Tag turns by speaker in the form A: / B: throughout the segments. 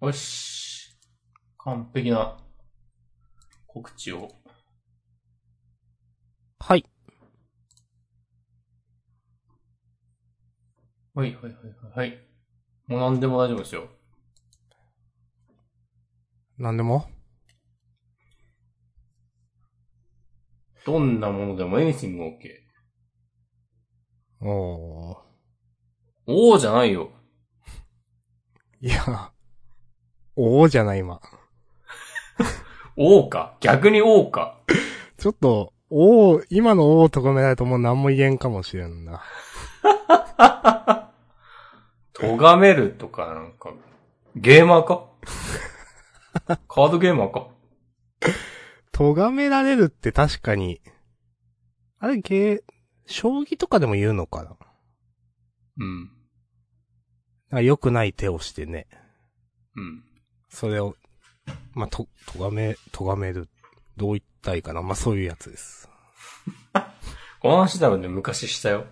A: よし。完璧な告知を。
B: はい。
A: はいはいはいはいはい。もう何でも大丈夫ですよ。
B: なんでも
A: どんなものでも anything OK。
B: おー。
A: おーじゃないよ。
B: いや、おーじゃない今。
A: おーか。逆におーか。
B: ちょっと、おー、今のおーとかめないともう何も言えんかもしれんな。
A: とがめるとかなんか、ゲーマーかカードゲーマーか
B: 咎められるって確かに、あれ、ゲー、将棋とかでも言うのかな
A: うん。
B: なんか良くない手をしてね。
A: うん。
B: それを、まあ、と、とがめ、とがめる。どう言ったらいいかなまあ、そういうやつです。
A: この話多分ね、昔したよ。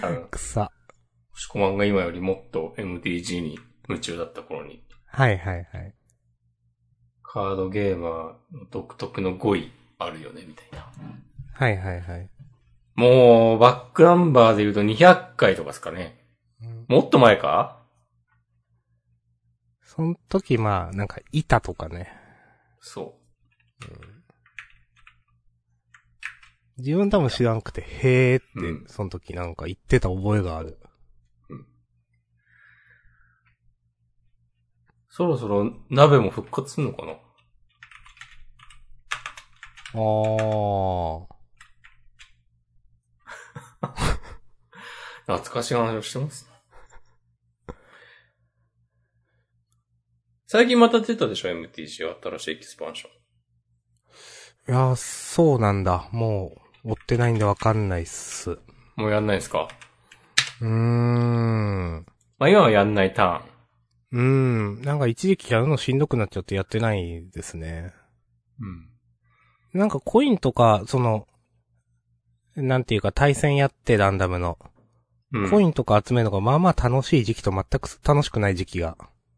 A: 多分、
B: くさ。
A: 星子マンが今よりもっと MTG に夢中だった頃に、
B: はいはいはい。
A: カードゲーマーの独特の語彙あるよね、みたいな。
B: はいはいはい。
A: もう、バックナンバーで言うと200回とかですかね。
B: うん
A: もっと前か
B: その時、まあ、なんか、板とかね。
A: そ
B: 自分多分知らんくて、へーって
A: う、ん
B: その時なんか言ってた覚えがある。
A: う。そろそろ鍋も復活するのかな
B: あー。
A: 懐かしい話をしてます。最近また出たでしょ ?MTC 新しいエキスパンション。
B: いやー、そうなんだ。もう、追ってないんでわかんないっす。う
A: もうやんないですか
B: ーん。う
A: まあ今はやんないターン。
B: ーん。なんか一時期やるのしんどくなっちゃってやってないですね。
A: うん。
B: なんかコインとか、その、なんていうか対戦やってランダムの、
A: うん、
B: コインとか集めるのがまあまあ楽しい時期と全く楽しくない時期が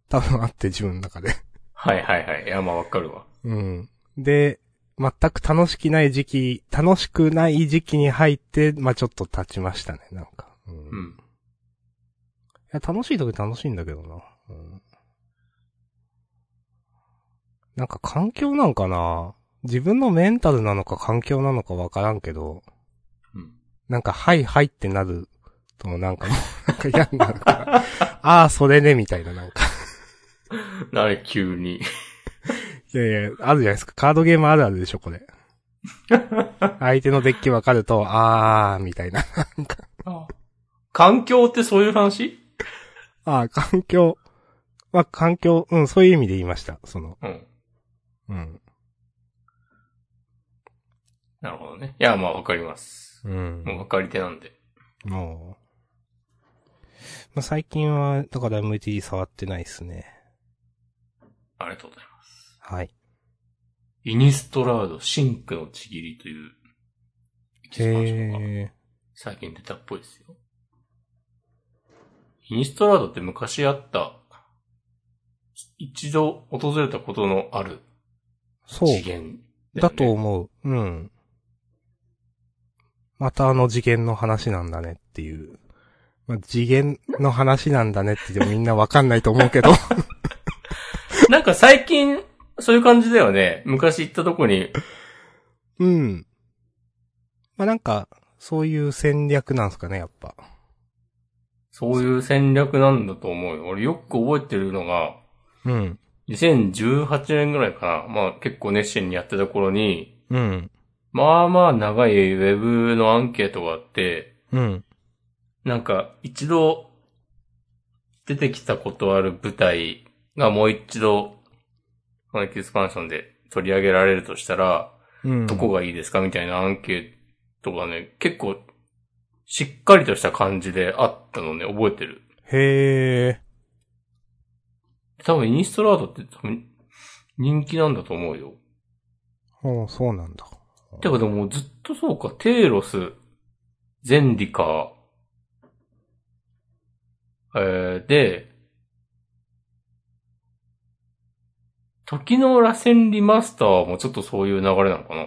B: 多分あって自分の中で。
A: はいはいはい。いや、まあわかるわ。
B: うん。で、全く楽しきない時期、楽しくない時期に入って、まあちょっと経ちましたね、なんか。うん
A: うん。
B: いや、楽しい時楽しいんだけどな。うん。なんか環境なんかな自分のメンタルなのか環境なのかわからんけど、
A: うん。
B: なんか、はいはいってなると、なんかもう、なんか嫌になるから。ああ、それね、みたいな、なんか。
A: なれ、急に。
B: いやいや、あるじゃないですか。カードゲームあるあるでしょ、こ れ。相手のデッキわかると、ああ、みたいな。
A: 環境ってそういう話
B: ああ、環境。まあ、環境、うん、そういう意味で言いました。その、
A: うん。
B: うん。
A: なるほどね。いや、まあわかります。
B: うん。
A: もうわかり手なんで。
B: もう。まあ、最近は、だから MT 触ってないですね。
A: ありがとうございます。
B: はい。
A: イニストラード、シンクのちぎりという、エキスパンションが
B: へ
A: 最近出たっぽいですよ。イニストラードって昔あった、一度訪れたことのある
B: ーそう。
A: 次元だよね、
B: だと思う。うん。またあの次元の話なんだねっていう。まあ、次元の話なんだねってでもみんなわかんないと思うけど。
A: なんか最近、そういう感じだよね。昔行ったとこに、
B: うん。まあ、なんか、そういう戦略なんですかね、やっぱ。
A: そういう戦略なんだと思うよ。俺よく覚えてるのが、
B: うん。
A: 2018年ぐらいかな。まあ結構熱心にやってた頃に、
B: うん。
A: まあまあ長いウェブのアンケートがあって、
B: うん。
A: なんか一度出てきたことある舞台がもう一度、このエキスパンションで取り上げられるとしたら、
B: うん。
A: どこがいいですかみたいなアンケートがね、結構しっかりとした感じであったのね、覚えてる。
B: へー。
A: 多分イニストラードって多分人気なんだと思うよ。
B: おうそうなんだ。
A: てかでもずっとそうか、テーロス、ゼンディカー、えー、で、時の螺旋リマスターもちょっとそういう流れなのかな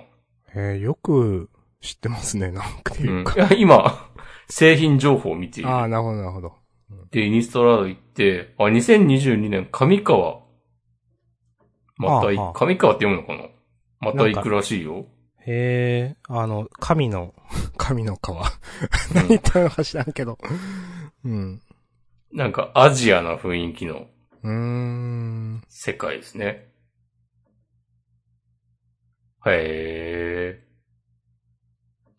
B: えー、よく知ってますね、 なんかって
A: う
B: い
A: ん
B: うか。
A: いや。今、 製品情報を見ている。
B: ああ、なるほど、なるほど。
A: で、イニストラード行って、あ、2022年、上川。またい、
B: はあはあ
A: 上川って読むのかなまた行くらしいよ。
B: へえ、あの、神の、 神の川。
A: う
B: 何言ったのか知らんけど。うん。
A: んなんかアジアな雰囲気の
B: うーん。
A: 世界ですね。へえ。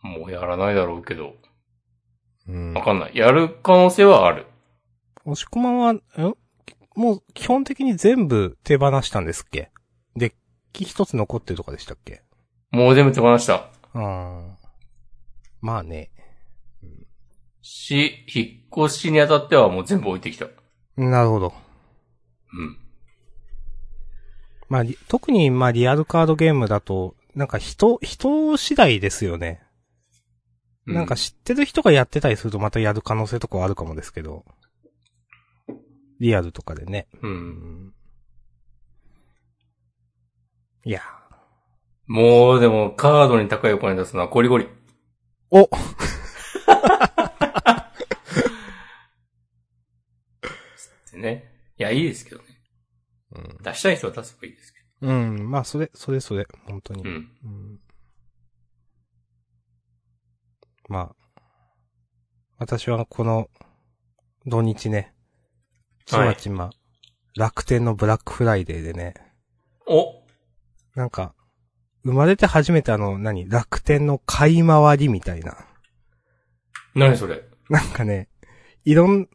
A: もうやらないだろうけど。
B: うん
A: わ。かんない。やる可能性はある。
B: 押し込まんは、んもう基本的に全部手放したんですっけデッキ一つ残ってるとかでしたっけ
A: もう全部手放した。
B: うん。まあね。
A: し、引っ越しにあたってはもう全部置いてきた。うん。
B: なるほど。まあ、リ特にまあリアルカードゲームだと、なんか人、人次第ですよね。
A: う
B: なんか、知ってる人がやってたりするとまたやる可能性とかはあるかもですけど。リアルとかでね。
A: う。
B: うんん。いや。
A: もうでもカードに高いお金出すのはゴリゴリ。
B: お
A: ってね。いや、いいですけどね。
B: うん。
A: 出したい人は出せばいいですけ
B: うん。まあ、それ、それそれ、本当に。
A: ど。うん。
B: うんまあ、私はこの土日ね、ち
A: は
B: ま
A: い
B: ちま、楽天のブラックフライデーでね、
A: お
B: なんか、生まれて初めてあの、何、楽天の買い回りみたいな。
A: 何それ
B: なんかね、いろん、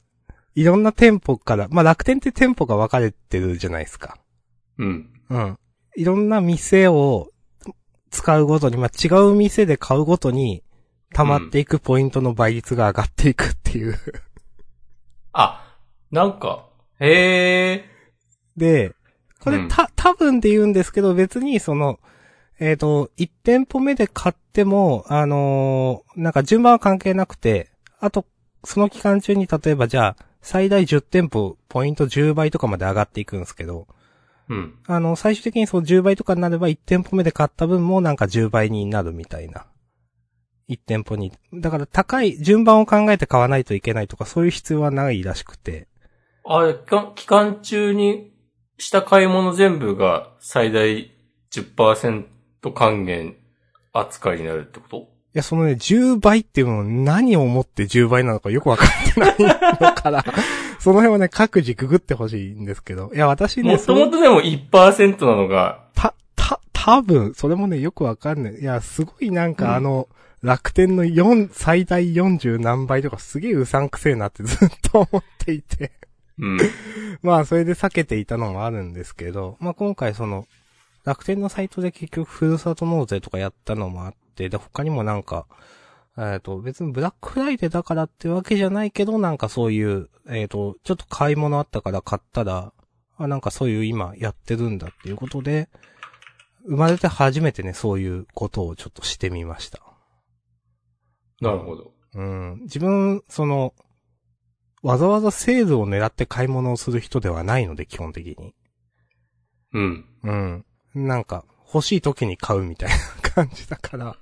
B: いろんな店舗から、まあ楽天って店舗が分かれてるじゃないですか。
A: うん。
B: うん。いろんな店を使うごとに、まあ、違う店で買うごとに、溜まっていくポイントの倍率が上がっていくっていう。
A: あ、なんか、へえ。
B: で、こ
A: うん
B: れた、多分で言うんですけど、別にその、えっ、と、1店舗目で買っても、あのーなんか順番は関係なくて、あと、その期間中に例えばじゃあ、最大10店舗、ポイント10倍とかまで上がっていくんですけど、
A: うん。
B: あの、最終的にそう10倍とかになれば1店舗目で買った分もなんか10倍になるみたいな。1店舗に。だから高い、順番を考えて買わないといけないとかそういう必要はないらしくて。
A: あ、期間期間中にした買い物全部が最大10%還元扱いになるってこと
B: いや、そのね、10倍っていうのを何をもって10倍なのかよくわかってないのから、その辺はね、各自ググってほしいんですけど。いや、私ね、
A: もと
B: そ
A: も
B: の
A: とでも1%なのが、
B: た、た、多分それもね、よくわかんない。いや、すごいな
A: う
B: ん
A: ん
B: かあの、楽天の4、最大40何倍とかすげえうさんくせえなってずっと思っていて。
A: うん。
B: まあ、それで避けていたのもあるんですけど、まあ今回その、楽天のサイトで結局ふるさと納税とかやったのもあって、で、他にもなんか、えっ、と、別にブラックフライデーだからってわけじゃないけど、なんかそういう、えっ、と、ちょっと買い物あったから買ったら、あ、なんかそういう今やってるんだっていうことで、生まれて初めてね、そういうことをちょっとしてみました。
A: なるほど。
B: うん。自分、その、わざわざセールを狙って買い物をする人ではないので、基本的に。
A: うん。
B: うん。なんか、欲しい時に買うみたいな感じだから、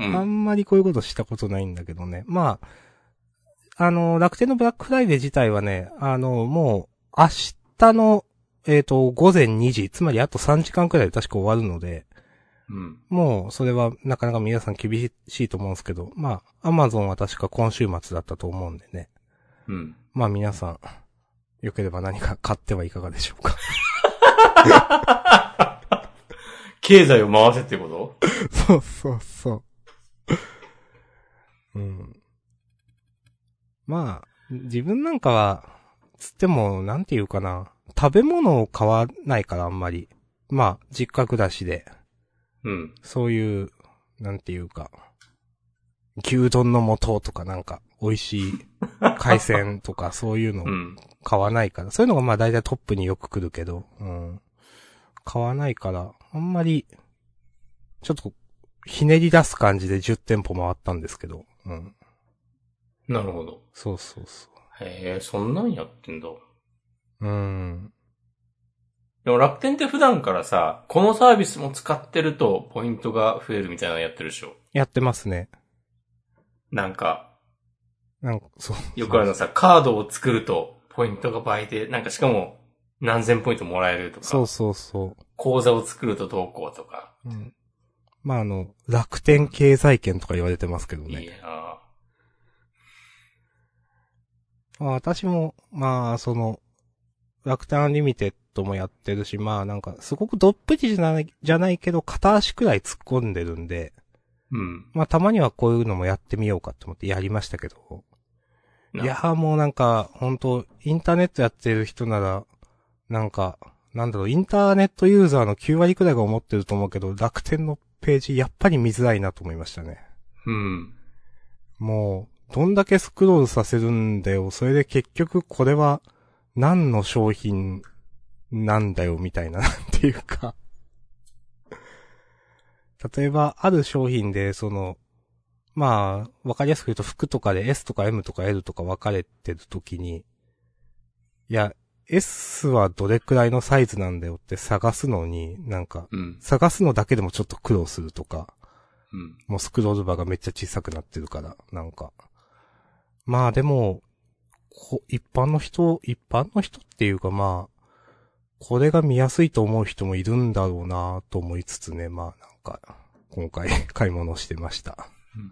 A: う
B: あ
A: ん。
B: んまりこういうことしたことないんだけどね。まあ、あの、楽天のブラックフライデー自体はね、あの、もう、明日の、えっ、と、午前2時、つまりあと3時間くらいで確か終わるので、
A: うん。
B: もう、それはなかなか皆さん厳しいと思うんですけど、まあ、アマゾンは確か今週末だったと思うんでね。
A: うん。
B: まあ皆さん、良ければ何か買ってはいかがでしょうか。
A: 経済を回せってこと
B: そうそう そう。うん。まあ、自分なんかは、つっても、なんていうかな。食べ物を買わないからあんまり。まあ、実家暮らしで、
A: うん。
B: そういう、なんていうか、牛丼の素とかなんか、美味しい海鮮とかそういうのを
A: うん。
B: 買わないから。そういうのがまあ大体トップによく来るけど、うん。買わないから、あんまり、ちょっと、ひねり出す感じで10店舗回ったんですけど、うん。
A: なるほど。
B: そうそうそ
A: へえ、そんなんやってんだ。
B: う。うん。
A: でも楽天って普段からさ、このサービスも使ってるとポイントが増えるみたいなのやってるでしょ。
B: やってますね。
A: なんか、
B: なんか、そう。
A: よくあるのさ、カードを作るとポイントが倍で、なんかしかも何千ポイントもらえるとか、
B: そうそうそ
A: 口座を作るとどうこうとか。
B: う。うん。まあ、あの、楽天経済圏とか言われてますけどね。
A: いいな
B: まあ私も、まあ、その、楽天アンリミテッドもやってるし、まあなんか、すごくどっぷりじゃない、じゃないけど、片足くらい突っ込んでるんで、
A: うん。
B: まあたまにはこういうのもやってみようかと思ってやりましたけど、
A: ない
B: やーもうなんか、本当インターネットやってる人なら、なんか、なんだろう、インターネットユーザーの9割くらいが思ってると思うけど、楽天のページ、やっぱり見づらいなと思いましたね。
A: うん。
B: もう、どんだけスクロールさせるんだよ。それで結局これは何の商品なんだよ、みたいな、なんていうか。例えば、ある商品で、その、まあ、わかりやすく言うと服とかで S とか M とか L とか分かれてるときに、いや、S はどれくらいのサイズなんだよって探すのに、なんか、
A: うん。
B: 探すのだけでもちょっと苦労するとか。
A: うん。
B: もうスクロールバーがめっちゃ小さくなってるから、なんか。まあでも、こ一般の人、一般の人っていうかまあ、これが見やすいと思う人もいるんだろうなと思いつつね、まあなんか、今回 買い物をしてました。
A: うん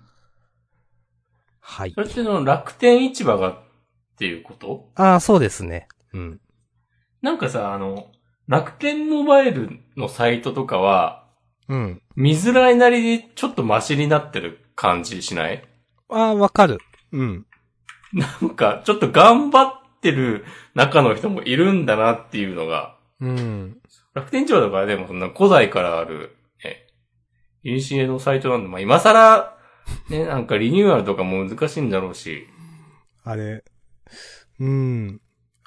B: はい
A: そ。れってその楽天市場がっていうこと
B: ああ、そうですね。うん。
A: なんかさ、あの、楽天モバイルのサイトとかは、
B: うん。
A: 見づらいなりにちょっとマシになってる感じしない
B: ああ、わかる。うん。
A: なんか、ちょっと頑張ってる中の人もいるんだなっていうのが、
B: うん。
A: 楽天市場だからでもそんな古代からある、ね、イニシエのサイトなんで、まあ今更、ね、 なんかリニューアルとかも難しいんだろうし、
B: あれ、うん。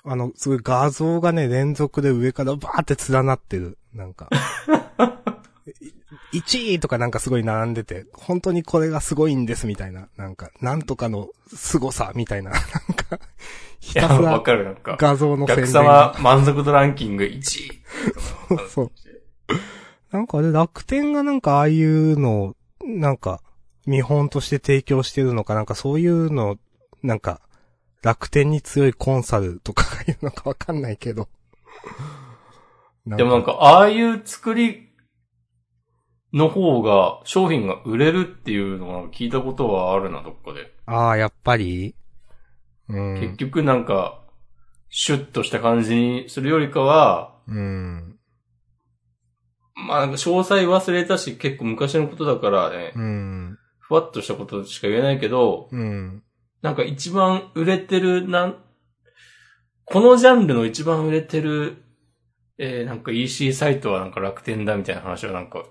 B: あの、すごい画像がね、連続で上からバーって連なってる。なんか。 い1位とかなんかすごい並んでて、本当にこれがすごいんですみたいな。なんか、なんとかの凄さみたいな。なんか、ひ
A: いや、
B: た す
A: わ
B: ら
A: かる、なんか。
B: 画像の
A: お
B: 宣
A: 客
B: 伝
A: 様満足度ランキング1位。
B: そうそう。なんかあれ楽天がなんかああいうのを、なんか、見本として提供してるのか、なんかそういうの、なんか、楽天に強いコンサルとかがいうのかわかんないけど。
A: でもなんか、ああいう作りの方が商品が売れるっていうのは聞いたことはあるな、どっかで。
B: ああ、やっぱりう
A: 結
B: ん。
A: 局なんか、シュッとした感じにするよりかは、
B: うん。
A: まあなんか詳細忘れたし、結構昔のことだからね、
B: うん。
A: ふわっとしたことしか言えないけど、
B: うん。
A: なんか一番売れてる、なん、このジャンルの一番売れてる、えー、なんか EC サイトはなんか楽天だみたいな話はなんか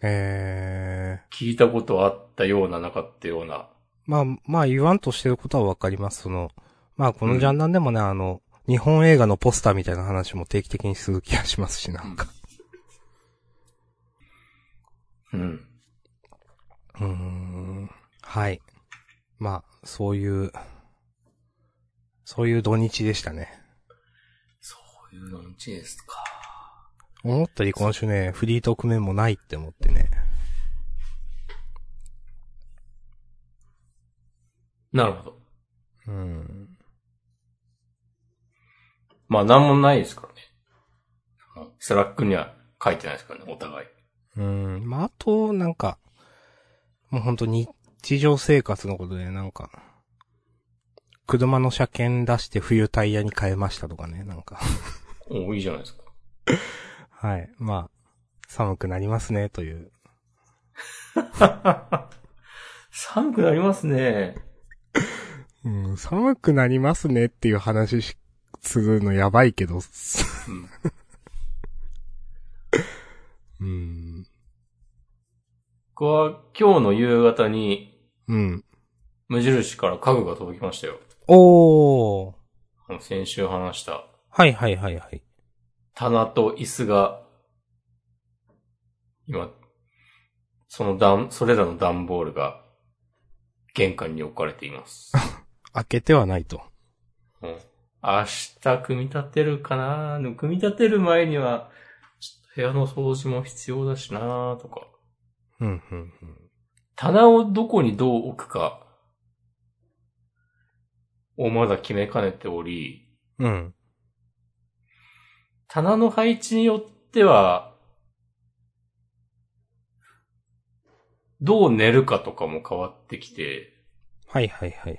B: ええ
A: 聞いたことあったような、なかったような。
B: まあ、まあ言わんとしてることはわかります。その、まあこのジャンダンでもね、あの、日本映画のポスターみたいな話も定期的にする気がしますし、なんか。
A: うん。
B: うーん。はい。まあ、そういう、そういう土日でしたね。
A: そういうのうちですか。
B: 思ったより今週ね、フリートーク面もないって思ってね。
A: なるほど。
B: うん。
A: まあ、なんもないですからねあの。スラックには書いてないですからね、お互い。
B: うん。まあ、あと、なんか、もうほんと日常生活のことで、なんか、車の車検出して冬タイヤに変えましたとかね、なんか。
A: おいいじゃないですか。
B: はい。まあ、寒くなりますね、という。
A: 寒くなりますね。
B: うん、寒くなりますねっていう話しするのやばいけど、
A: うん。
B: うん。
A: 僕は今日の夕方に、
B: うん。
A: 無印から家具が届きましたよ。
B: おー。
A: あの先週話した
B: はいはいはいはい。
A: 棚と椅子が、今、その段、それらの段ボールが、玄関に置かれています。
B: 開けてはないと。
A: うん明日組み立てるかなでも組み立てる前には、ちょっと部屋の掃除も必要だしなとか。
B: うん、うん、
A: 棚をどこにどう置くか、をまだ決めかねており、
B: うん。うん。
A: 棚の配置によっては、どう寝るかとかも変わってきて、
B: はいはいはいはい。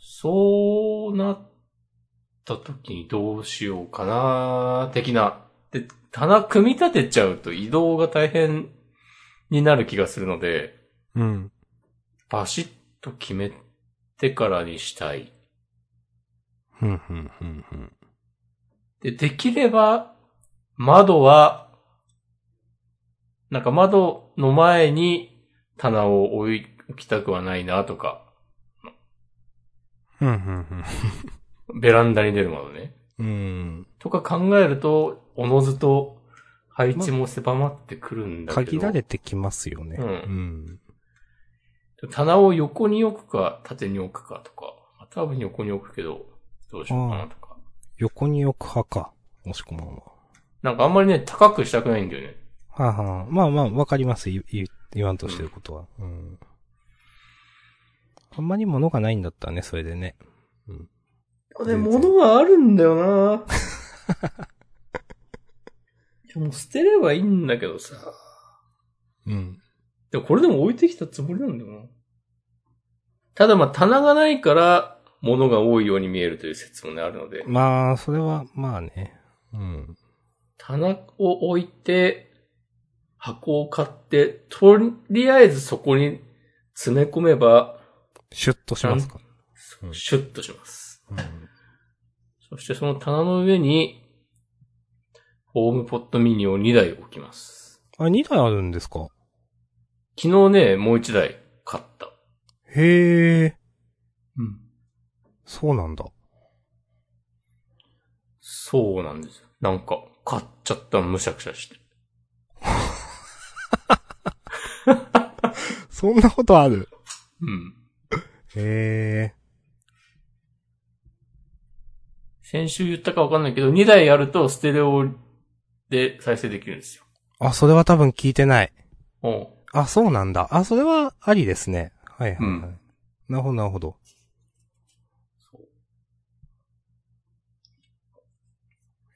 A: そうなった時にどうしようかな、的な。で、棚組み立てちゃうと移動が大変になる気がするので、
B: うん。
A: バシッと決めてからにしたい。
B: うん、うん、うん、うん。
A: で、できれば、窓は、なんか窓の前に棚を置い置きたくはないなとか、
B: うん、うん、
A: ベランダに出る窓ね。
B: うん。うん。
A: とか考えると、おのずと配置も狭まってくるんだけど。
B: 限られてきますよね。
A: うん
B: ん。
A: 棚を横に置くか、縦に置くかとか。まあ多分横に置くけど、どうしようかなとか。
B: 横に置く派か。もしこまんは。
A: なんかあんまりね、高くしたくないんだよね。
B: はあ、はあ、まあまあ、わかります。いい言わんとしてることは。うん。あんまり物がないんだったらね、それでね。
A: で
B: で
A: も
B: 物
A: 物はあるんだよな いやもう捨てればいいんだけどさ。
B: うん。
A: でもこれでも置いてきたつもりなんだよな。ただまあ棚がないから物が多いように見えるという説もねあるので、
B: まあ、それは、まあね。うん。
A: 棚を置いて、箱を買って、とりあえずそこに詰め込めば、
B: シュッとしますか。うん
A: シュッとします。
B: うん
A: そしてその棚の上に、ホームポットミニを2台置きます。
B: あ、2台あるんですか
A: 昨日ね、もう1台買った。
B: へえ、
A: うん。
B: そうなんだ。
A: そうなんですよ。なんか、買っちゃったむしゃくしゃして。
B: そんなことある。
A: うん。
B: へえ、
A: 先週言ったかわかんないけど、2台あるとステレオで再生できるんですよ。
B: あ、それは多分聞いてない。
A: うん。
B: あ、そうなんだ。あ、それはありですね。はいはいはい。
A: うん
B: なるほど、なるほど。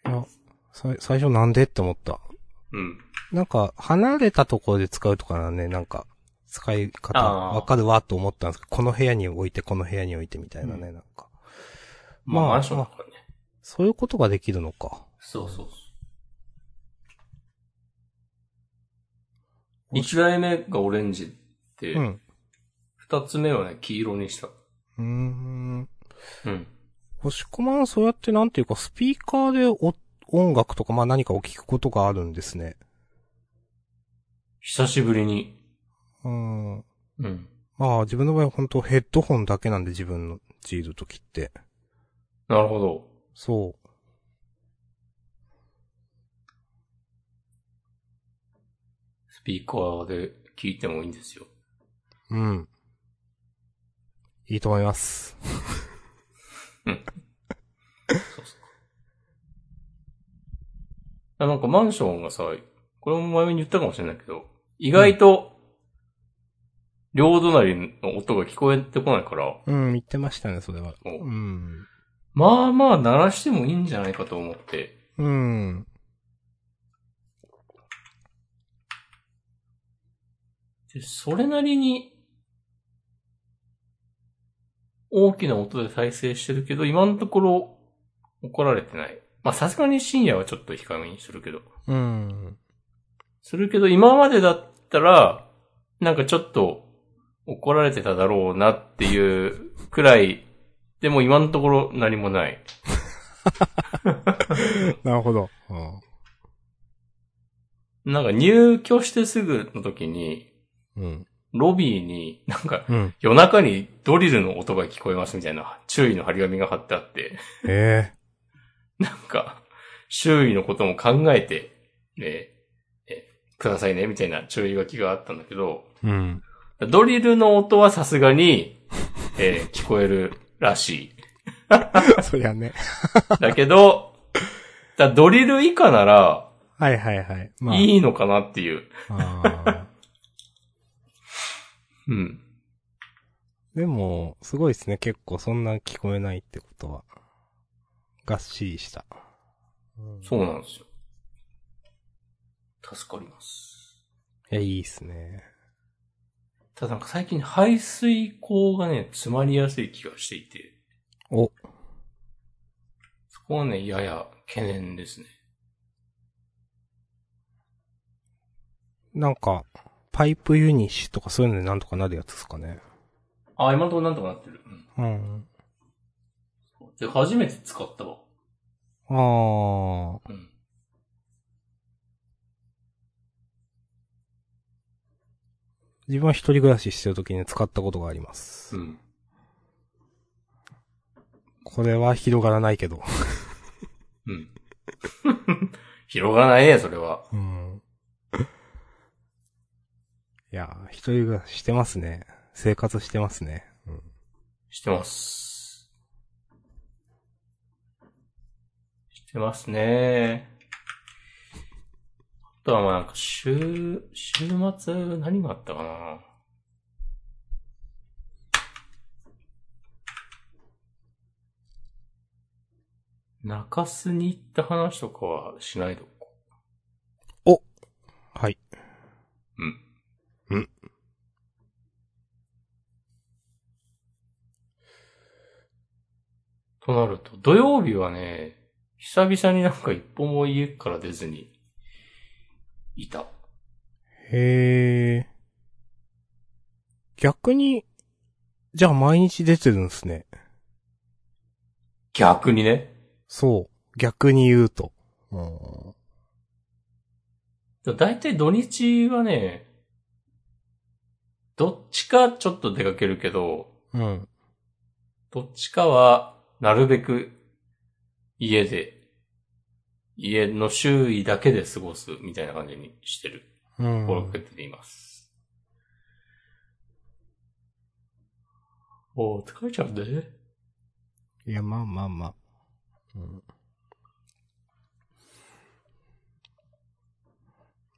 B: いや、さい最初なんでって思った。
A: うん。
B: なんか、離れたところで使うとかなね、なんか、使い方、
A: あー
B: わかるわと思ったんですけど、この部屋に置いて、この部屋に置いてみたいなね、なんか。
A: まあ、
B: まあ
A: マンションだからね。
B: そういうことができるのか。
A: そうそうそう。1台目がオレンジで、
B: う
A: 二
B: ん。
A: 2つ目はね、黄色にした。
B: うーん。
A: うん。
B: 星子マン、そうやってなんていうか、スピーカーでお音楽とか、まあ何かを聞くことがあるんですね。
A: 久しぶりに。
B: うん。
A: うん。
B: まあ自分の場合は本当ヘッドホンだけなんで自分のジールときって。
A: なるほど。
B: そう。
A: スピーカーで聞いてもいいんですよ。
B: うん。いいと思います。
A: そうっすか。あなんかマンションがさ、これも前に言ったかもしれないけど、意外と、両隣の音が聞こえてこないから、
B: うん、言ってましたね、それは。
A: お
B: うん。
A: まあまあ鳴らしてもいいんじゃないかと思って、
B: うん。
A: でそれなりに、大きな音で再生してるけど、今のところ怒られてない。まあさすがに深夜はちょっと控えめにするけど。
B: うん。
A: するけど、今までだったら、なんかちょっと怒られてただろうなっていうくらい、でも今のところ何もない。
B: なるほど。うん
A: なんか入居してすぐの時に、
B: うん。
A: ロビーになんか
B: うん。
A: 夜中にドリルの音が聞こえますみたいな注意の張り紙が貼ってあって、
B: ええ
A: なんか周囲のことも考えて、ね、えくださいねみたいな注意書きがあったんだけど、
B: うん。
A: ドリルの音はさすがに、えー聞こえるらしい。
B: そりゃね。
A: だけど、だドリル以下なら、
B: はいはいはい。まあ。
A: いいのかなっていう。
B: あ
A: うん。
B: ーでも、すごいですね。結構そんな聞こえないってことは。がっしりした。
A: そうなんですよ。助かります。
B: いや、いいっすね。
A: ただなんか最近排水口がね、詰まりやすい気がしていて、
B: お、
A: そこはね、やや懸念ですね。
B: なんか、パイプユニッシュとかそういうのでなんとかなるやつですかね。
A: あ、今のところなんとかなってる。うん
B: うん。
A: で、初めて使ったわ。
B: あ
A: うん。
B: ー、自分は一人暮らししてる時に使ったことがあります。
A: うん。
B: これは広がらないけど。
A: うん。 広がらないね、それは。
B: うん。 いやー、一人暮らししてますね。生活してますね。うん。
A: してます。してますね。あとはまあなんか週、週末何があったかな。中洲に行った話とかはしないとこ
B: はい。うん。
A: となると、土曜日はね、久々になんか一歩も家から出ずに、いた。
B: へえ。逆に、じゃあ毎日出てるんですね。
A: 逆にね。
B: そう。逆に言うと。うん。
A: だいたい土日はね、どっちかちょっと出かけるけど、
B: うん。
A: どっちかは、なるべく、家で、家の周囲だけで過ごすみたいな感じにしてる。
B: うん。
A: 心がけています。おー、疲れちゃうね。
B: いや、まあまあまあ。うん、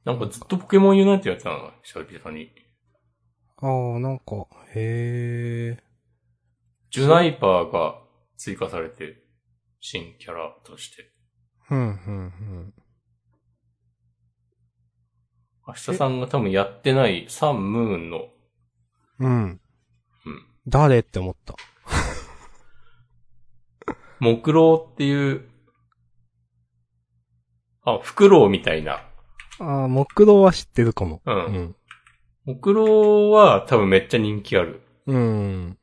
A: なんかずっとポケモンユナイトやってたの、久々に。
B: ああ、なんか、へえ。
A: ジュナイパーが追加されて、新キャラとして。
B: ふんふんふん。
A: 明日さんが多分やってないサンムーンの、
B: うん。
A: うん。
B: 誰って思った。
A: 木狼っていう、あ、フクロウみたいな。
B: ああ、木道は知ってるかも。
A: う。
B: うんん。
A: 木狼は多分めっちゃ人気ある。
B: うん。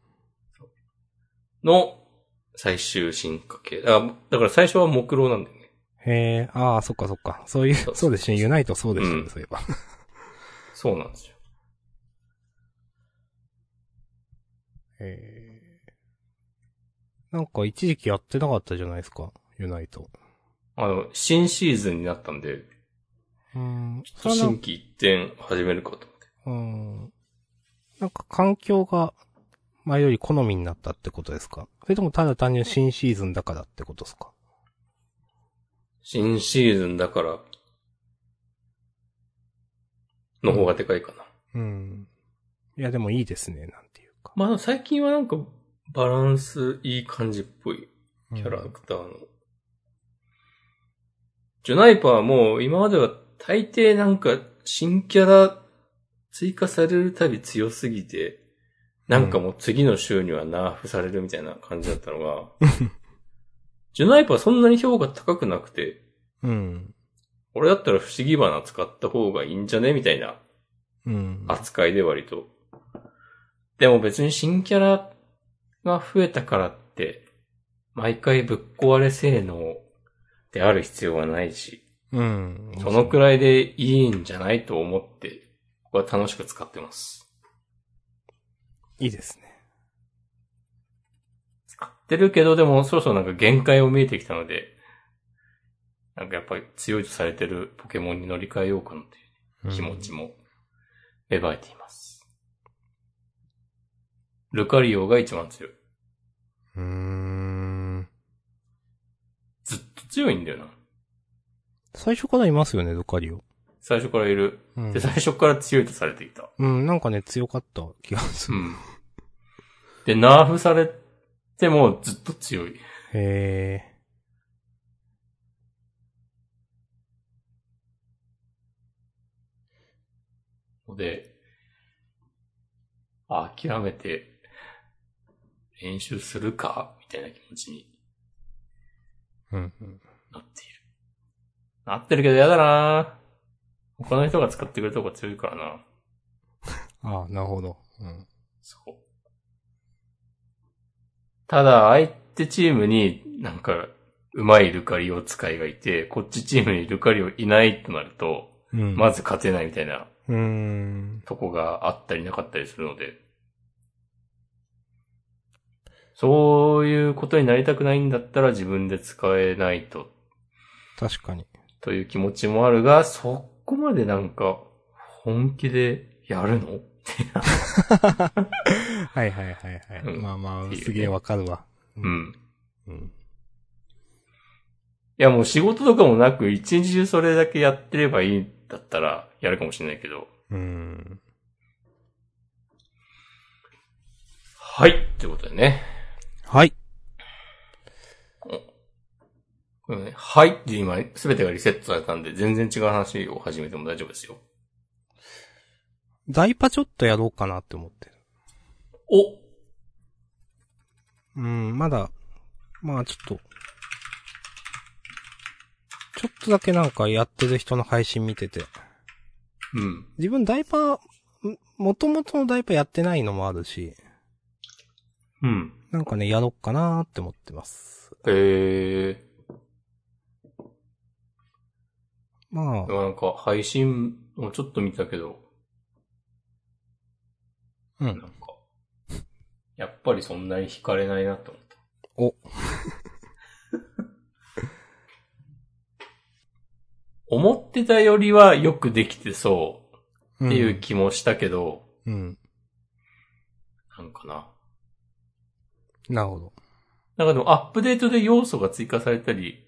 A: の、最終進化系。あ、だから最初は木狼なんだよね。
B: へえ、ああ、そっかそっか。そういう、
A: そう
B: そうですね。ユナイトそうでしたね、
A: うん
B: そういえば。
A: そうなんですよ。
B: へえ。なんか一時期やってなかったじゃないですか、ユナイト。
A: あの、新シーズンになったんで、
B: うん。それはな
A: 新規一点始めるかと思って。
B: うん。なんか環境が前より好みになったってことですかそれともただ単純に新シーズンだからってことですか
A: 新シーズンだから、の方がでかいかな。
B: うん。いやでもいいですね、なんていうか。
A: まあ最近はなんか、バランスいい感じっぽい。キャラ
B: うん
A: クターの。ジュナイパーはもう今までは大抵なんか新キャラ追加されるたび強すぎて、なんかもう次の週にはナーフされるみたいな感じだったの が、ジュナイパーそんなに評価高くなくて、
B: うん。
A: 俺だったら不思議花使った方がいいんじゃねみたいな
B: うん。
A: 扱いで割と。でも別に新キャラが増えたからって、毎回ぶっ壊れ性能である必要はないし、
B: うん。
A: そのく
B: ら
A: ら
B: い。
A: いでいいんじゃないと思って、ここは楽しく使ってます。
B: いいですね。
A: 使ってるけどでもそろそろなんか限界を見えてきたので、なんかやっぱり強いとされてるポケモンに乗り換えようかなという気持ちも芽生えています。ルカリオが一番強い。
B: うん。うーん。
A: ずっと強いんだよな。
B: 最初からいますよね、ドカリオ。
A: 最初からいる。
B: うん
A: で、。最初から強いとされていた。
B: うん、なんかね、強かった気がす
A: う
B: る。
A: ん。で、ナーフされてもずっと強い。
B: へえ。
A: ので、あ諦めて、練習するか、みたいな気持ちに
B: うん。うん
A: なっている。なってるけど嫌だな他の人が使ってくれた方が強いからな。
B: ああ、なるほど。うん。
A: そう。ただ、相手チームになんか、うまいルカリオ使いがいて、こっちチームにルカリオいないとなると、
B: うん。
A: まず勝てないみたいな
B: うーん。
A: とこがあったりなかったりするので、そういうことになりたくないんだったら自分で使えないと、
B: 確かに。
A: という気持ちもあるが、そこまでなんか、本気でやるの
B: はいはいはいはい。
A: うん
B: まあま
A: っ
B: あ、
A: ていうね
B: すげえわかるわ。
A: うん。
B: う
A: い
B: ん。
A: やもう仕事とかもなく、一日中それだけやってればいいんだったら、やるかもしれないけど。
B: うん。
A: はいってことでね。
B: はい。
A: これねはいって今、すべてがリセットされたんで、全然違う話を始めても大丈夫ですよ。
B: ダイパちょっとやろうかなって思ってる。
A: お
B: うん、まだ、まあちょっと、ちょっとだけなんかやってる人の配信見てて、
A: うん。
B: 自分ダイパー、もともとのダイパーやってないのもあるし、
A: うん。
B: なんかね、やろっかなーって思ってます。
A: え
B: ま
A: ー、でもなんか配信もちょっと見たけど、
B: あ、う
A: なん
B: ん。
A: か、やっぱりそんなに惹かれないなと思った。
B: お。
A: 思ってたよりはよくできてそう。
B: うん
A: っていう気もしたけど、
B: うん。
A: なんかな。
B: なるほど。
A: なんかでもアップデートで要素が追加されたり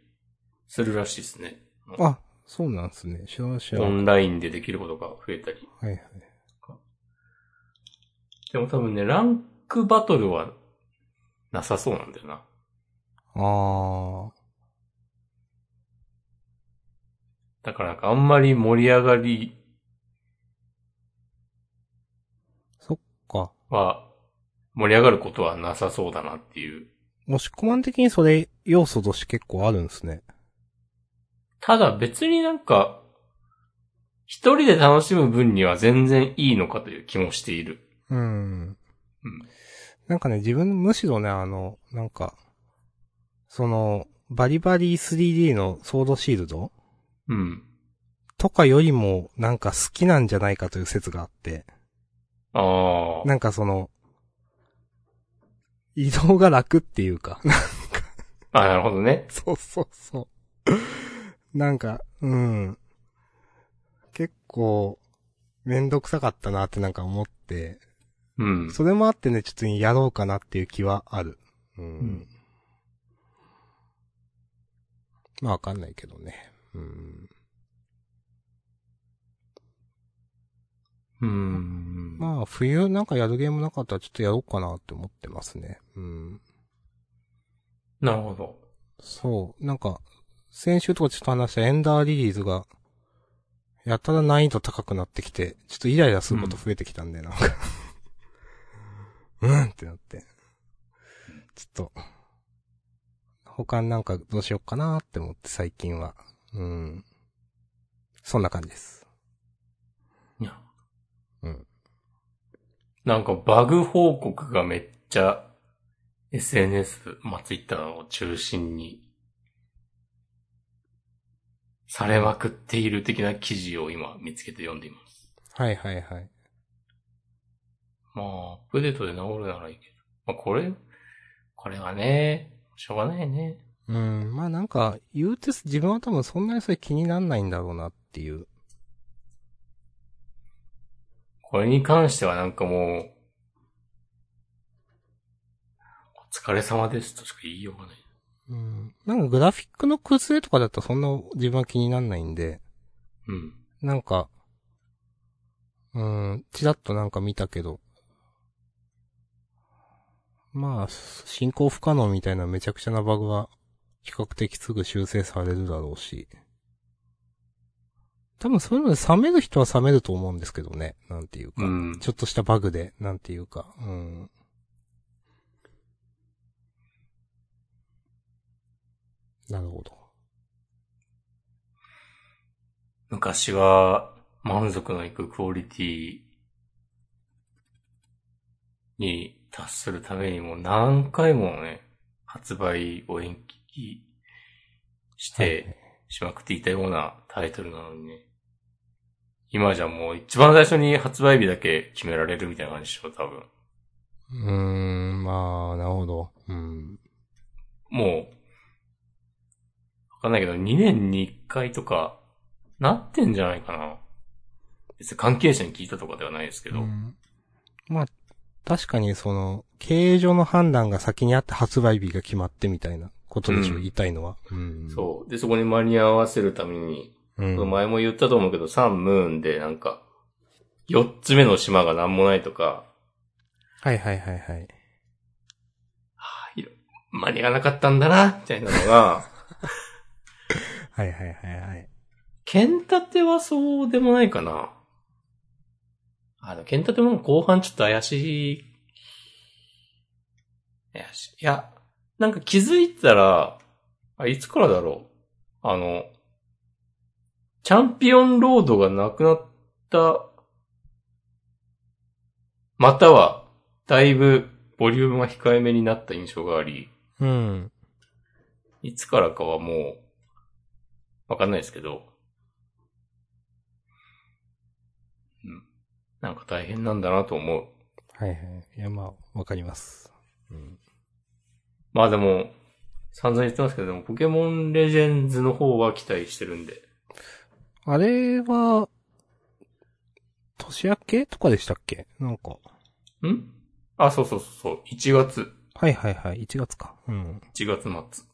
A: するらしいですね。
B: あ、そうなんですね。知らん知ら
A: オ
B: ん。
A: ンラインでできることが増えたり。
B: はいはい。
A: でも多分ね、ランクバトルはなさそうなんだよな。
B: あー。
A: だからなんかあんまり盛り上がり
B: そっか。
A: は、盛り上がることはなさそうだなっていう。
B: もしコマン的にそれ、要素として結構あるんですね。
A: ただ別になんか、一人で楽しむ分には全然いいのかという気もしている。
B: うん。なんかね、自分、むしろね、あの、なんか、その、バリバリ 3D のソードシールド
A: うん。
B: とかよりも、なんか好きなんじゃないかという説があって、
A: ああ。
B: なんかその、移動が楽っていうか、
A: あ、なるほどね。
B: そうそうそう。なんか、うん。結構、めんどくさかったなってなんか思って、
A: うん。
B: それもあってね、ちょっとやろうかなっていう気はある。うん。
A: ん
B: まあわかんないけどね。うん。
A: うん。
B: まあ冬なんかやるゲームなかったらちょっとやろうかなって思ってますね。うん。
A: なるほど。
B: そう。なんか、先週とかちょっと話したエンダーリリーズが、やたら難易度高くなってきて、ちょっとイライラすること増えてきたんで、なんか。うんってなって。ちょっと、他になんかどうしようかなって思って最近は。うん。そんな感じです。
A: いや
B: うん。
A: なんかバグ報告がめっちゃ SNS、まあ、Twitter を中心にされまくっている的な記事を今見つけて読んでいます。
B: はいはいはい。
A: まあ、アップデートで治るならいいけど。まあ、これ、これはね、しょうがないね。
B: うん。まあなんか、言うてす自分は多分そんなにそれ気になんないんだろうなっていう。
A: これに関してはなんかもう、お疲れ様ですとしか言いようがない。
B: うん。なんかグラフィックの崩れとかだったらそんな自分は気になんないんで、
A: うん。
B: なんか、うん、ちらっとなんか見たけど、まあ、進行不可能みたいなめちゃくちゃなバグは、比較的すぐ修正されるだろうし。多分そういうので冷める人は冷めると思うんですけどね。なんていうか。
A: うん
B: ちょっとしたバグで、なんていうか。うん。なるほど。
A: 昔は満足のいくクオリティに達するためにも何回もね、発売を延期してしまくっていたようなタイトルなのにね。今じゃもう一番最初に発売日だけ決められるみたいな感じでしょ、多分。
B: うーん、まあ、なるほど。うん。
A: もう、わかんないけど、2年に1回とか、なってんじゃないかな。別に関係者に聞いたとかではないですけど。
B: うんまあ、確かにその、経営上の判断が先にあって発売日が決まってみたいなことでしょ、
A: うん
B: 言いたいのは。うん。
A: そう。で、そこに間に合わせるために、
B: う。ん。
A: 前も言ったと思うけど、サンムーンでなんか、4つ目の島がなんもないとか、
B: はいはいはいはい。
A: あいろ間に合わなかったんだな、みたいなのが、
B: はいはいはいはい。
A: 剣立てはそうでもないかな。あの、剣立ても後半ちょっと怪しい。怪しい。いや、なんか気づいたら、あ、いつからだろう。あの、チャンピオンロードがなくなった、または、だいぶ、ボリュームが控えめになった印象があり、
B: うん。
A: いつからかはもう、わかんないですけど。うん。なんか大変なんだなと思う。
B: はいはい。いやまあ、わかります。うん。
A: まあでも、散々言ってますけど、でもポケモンレジェンズの方は期待してるんで。
B: あれは、年明けとかでしたっけなんか。
A: んあ、そうそうそうそう。1月。
B: はいはいはい。1月か。うん。
A: 1月末。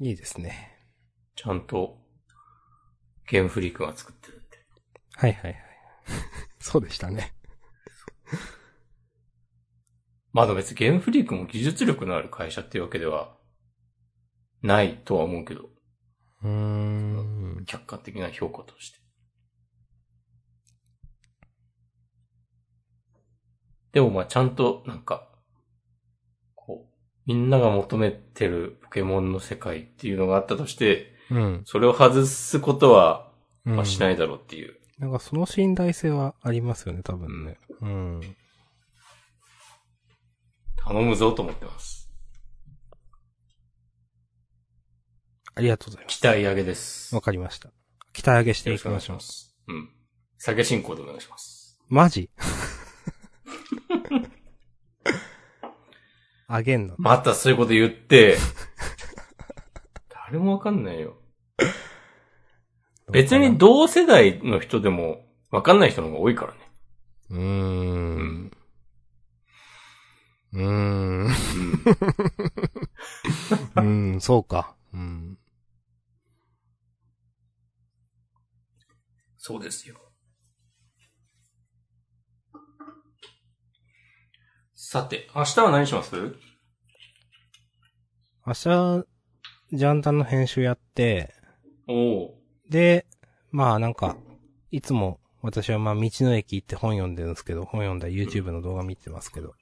B: いいですね。
A: ちゃんと、ゲームフリークが作ってるんで。
B: はいはい はい。そうでしたね。
A: まあでも別にゲームフリークも技術力のある会社っていうわけでは、ないとは思うけど、
B: うーん。
A: 客観的な評価として。でもまあちゃんとなんか、こう、みんなが求めてるポケモンの世界っていうのがあったとして、
B: うん。。
A: それを外すことは、まあしないいだろうっていう。
B: なんかその信頼性はありますよね、多分ね。うん。
A: 頼むぞと思ってます。
B: ありがとうございます。
A: 期待上げです。
B: わ
A: よ
B: かりました。期待上げして
A: ろ
B: い
A: し
B: き
A: くお願
B: ま
A: い
B: し
A: し
B: ょう
A: ま。す。うん。下げ進行でお願いします。
B: マ ジあげんの。
A: またそういうこと言 って、誰もわかんないよ。別に
B: ど
A: 同世代の人でも、わかんない人の方が多いからね。
B: うかなうーん。うーん。うーん、 そうか。うん。
A: そうですよ。さて、明日は何します
B: 明日、ジャンダンの編集やって、
A: おお
B: で、まあなんか、いつも私はまあ道の駅行って本読んでるんですけど、本読んだり YouTube の動画見てますけど、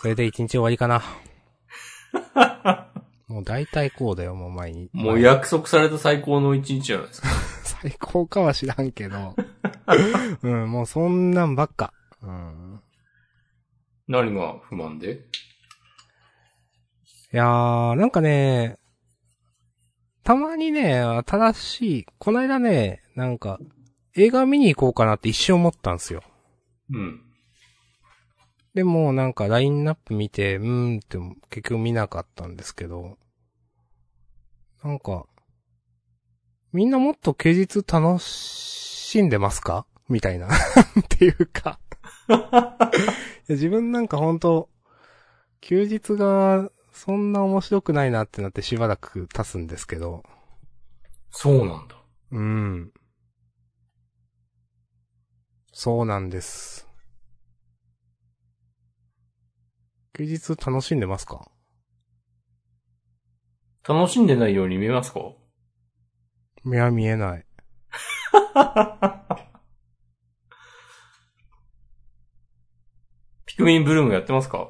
B: それで一日終わり かな。もう大体こうだよ、もう毎日。
A: もう約束された最高の一日じゃないですか。
B: 最高かは知らん けど。うん、もうそんなんばっか。うん。
A: 何が不満で
B: いやー、なんかね、たまにね、新しい、こないだね、なんか、映画見に行こうかなって一瞬思ったんですよ。
A: うん。
B: でもなんかラインナップ見て、うーんって結局見なかったんですけど、なんか、みんな もっと休日楽しんでますかみたいな、っていうか。や自分なんか本当休日がそんな面白くないなってなってしばらく経つんですけど。
A: そうなんだ。
B: うん。そうなんです。休日楽しんでますか
A: 楽しんでないように見えますか
B: 目は見えない。
A: ピクミンブルームやってますか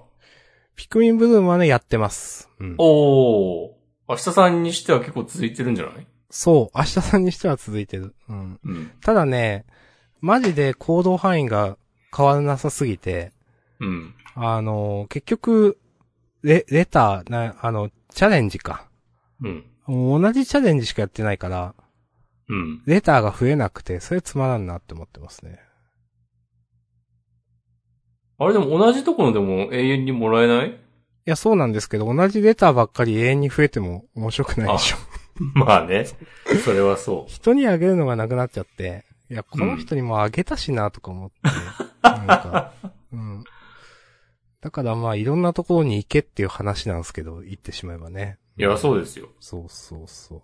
B: ピクミンブルームはね、やってます。うん。
A: おー。明日さんにしては結構続いてるんじゃない
B: そう、明日さんにしては続いてる。うん。
A: うん。
B: ただね、マジで行動範囲が変わらなさすぎて、
A: うん。
B: あの、結局、レ、レター、な、あの、チャレンジか。
A: うん。
B: もう同じチャレンジしかやってないから、
A: うん。
B: レターが増えなくて、それつまらんなって思ってますね。
A: あれでも同じところでも永遠にもらえない
B: いや、そうなんですけど、同じレターばっかり永遠に増えても面白くないでしょ。
A: まあね。それはそ
B: 人にあげるのがなくなっちゃって、いや、この人にもあげたしなと か思って、なんか、うん。だからまあ、いろんなところに行けっていう話なんですけど、行ってしまえばね。
A: う。いや、そうですよ。
B: そうそうそ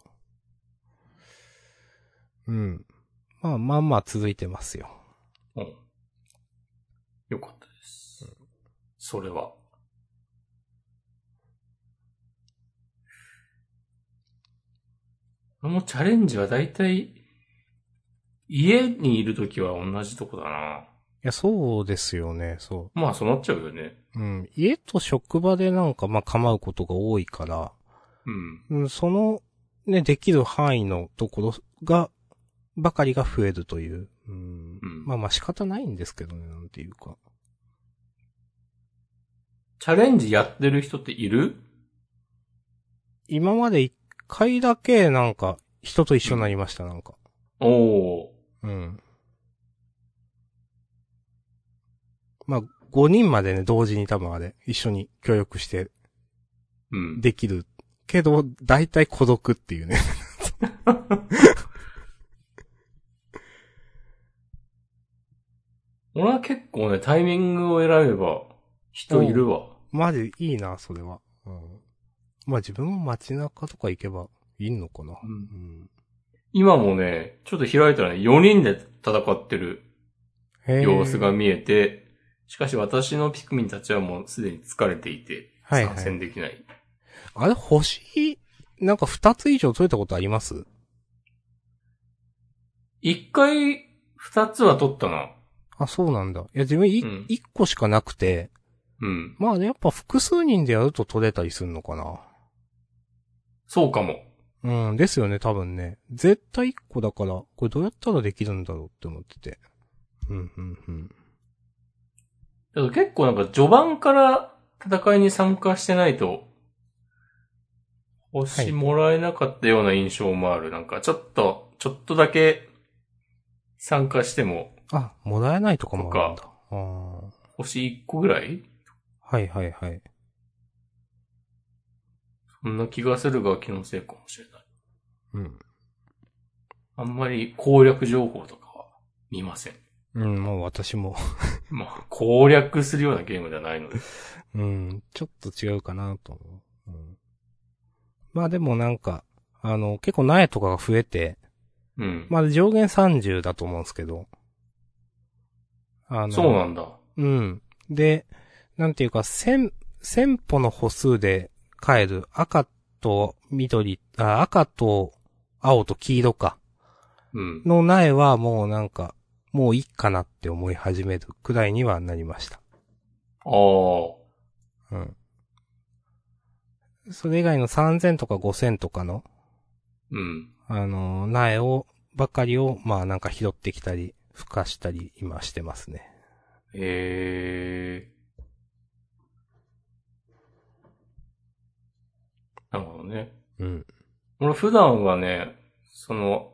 B: う。うん。まあまあまあ続いてますよ。
A: うん。よかったです。それは。もうチャレンジは大体、家にいるときは同じとこだない
B: や、そうですよね、そ。
A: まあそうなっちゃうよね。
B: う。うん。家と職場でなんかまあ構うことが多いから、
A: うん。
B: うん、その、ね、できる範囲のところが、ばかりが増えるという。う
A: う
B: ん
A: ん
B: まあまあ仕方ないんですけどね、なんていうか。
A: チャレンジやってる人っている
B: 今まで一回だけなんか、人と一緒になりました、なんか。
A: おお
B: うん。まあ、5人までね、同時に多分あれ、一緒に協力して
A: ー。うん。
B: できる。けど、大体孤独っていうね。
A: 俺は結構ね、タイミングを選べば、人いるわ。
B: マジいいな、それは。うん。まあ自分も街中とか行けばいいのかな。
A: うん
B: ん。
A: 今もね、ちょっと開いたらね、4人で戦ってる
B: へー
A: 様子が見えて、しかし私のピクミンたちはもうすでに疲れていて、
B: はいはい
A: 参戦できない。
B: あれ、星、なんか二つ以上取れたことあります
A: 一、回、二つは取ったな。
B: あ、そうなんだ。いや、自分い
A: うん
B: 一、個しかなくて、
A: うん。
B: まあね、やっぱ複数人でやると取れたりするのかな。
A: そうかも。
B: うん、ですよね、多分ね。絶対一個だから、これどうやったらできるんだろうって思ってて。うん、うん、うん。
A: だから結構なんか序盤から戦いに参加してないと、
B: はい
A: 星もらえなかったような印象もある。なんかちょっと、ちょっとだけ参加しても、
B: あ、もらえないとかもあるんだ。
A: と
B: あー
A: 星一個ぐらい
B: はいはいはい。
A: そんな気がするが気のせいかもしれない。
B: うん。
A: あんまり攻略情報とかは見ません。
B: うん、もう私も。
A: まあ、攻略するようなゲームではないので。
B: うん、ちょっと違うかなと思う。うん、まあでもなんか、あの、結構苗とかが増えて、
A: うん。
B: まあ上限30だと思うんですけど。あの、
A: そうなんだ。
B: うん。で、なんていうか、千、千歩の歩数で変える赤と緑、あ赤と青と黄色か。
A: うん。
B: の苗はもうなんか、もういいかなって思い始めるくらいにはなりました。
A: ああ。
B: うん。それ以外の3000とか5000とかの、
A: うん。
B: あのー苗を、ばかりを、まあなんか拾ってきたり、孵化したり、今してますね。
A: ええなるほどね。
B: うん。
A: 俺普段はね、その、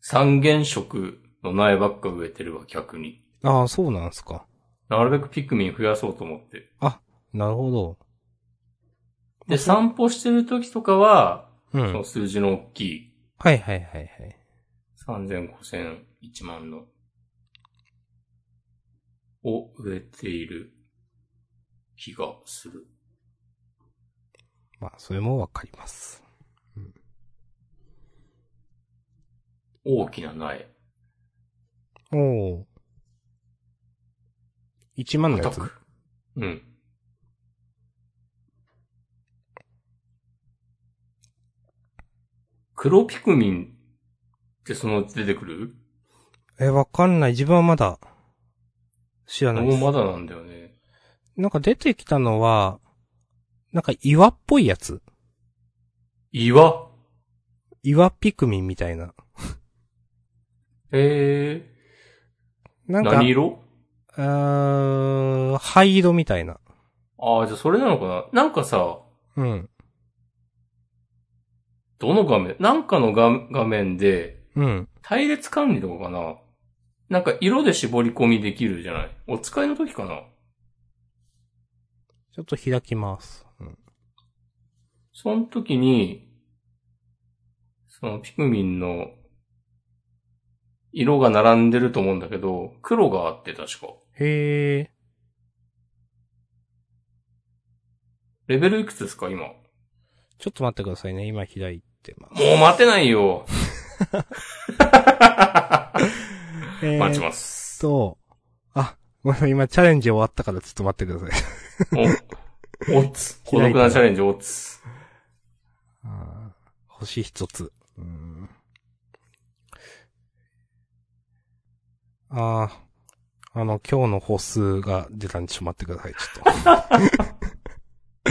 A: 三原色の苗ばっか植えてるわ、逆に。
B: ああ、そうなんすか。
A: なるべくピクミン増やそうと思って。
B: なるほど。
A: で、散歩してる時とかは、そ
B: う
A: の
B: ん。
A: 数字の大きい、
B: はいはいはいはい。
A: 3000、5000、1万の。を植えている気がする。
B: まあ、それもわかります。
A: 大きな苗。
B: おお。1万のや
A: 硬
B: つ。
A: く。うん。黒ピクミンってそのうち出てくる
B: え、わかんない。自分はまだ、知らないで
A: もう
B: す。
A: まだなんだよね。
B: なんか出てきたのは、なんか岩っぽいやつ。
A: 岩
B: 岩ピクミンみたいな。
A: え
B: な
A: ー、
B: んか
A: 何、色
B: うーん、灰色みたいな。
A: ああ、じゃあそれなのかななんかさ、
B: うん。
A: どの画面なんかの画画面で、
B: うん。
A: 隊列管理とかかななんか色で絞り込みできるじゃないお使いの時かな
B: ちょっと開きます。うん。
A: その時に、そのピクミンの色が並んでると思うんだけど、黒があって確か。
B: へえ。
A: レベルいくつですか今。も
B: ちょっと待ってくださいね。今開いてます。
A: う待てないよ
B: え
A: 待ち
B: ーっ
A: ます。
B: と、あ、ごめんなさい。今チャレンジ終わったからちょっと待ってください。
A: お、おつ。孤独なチャレンジ、おつ。
B: あー星一つ。うん。ああ、あの、今日の歩数が出たんで、ちょっと待ってください、ちょっ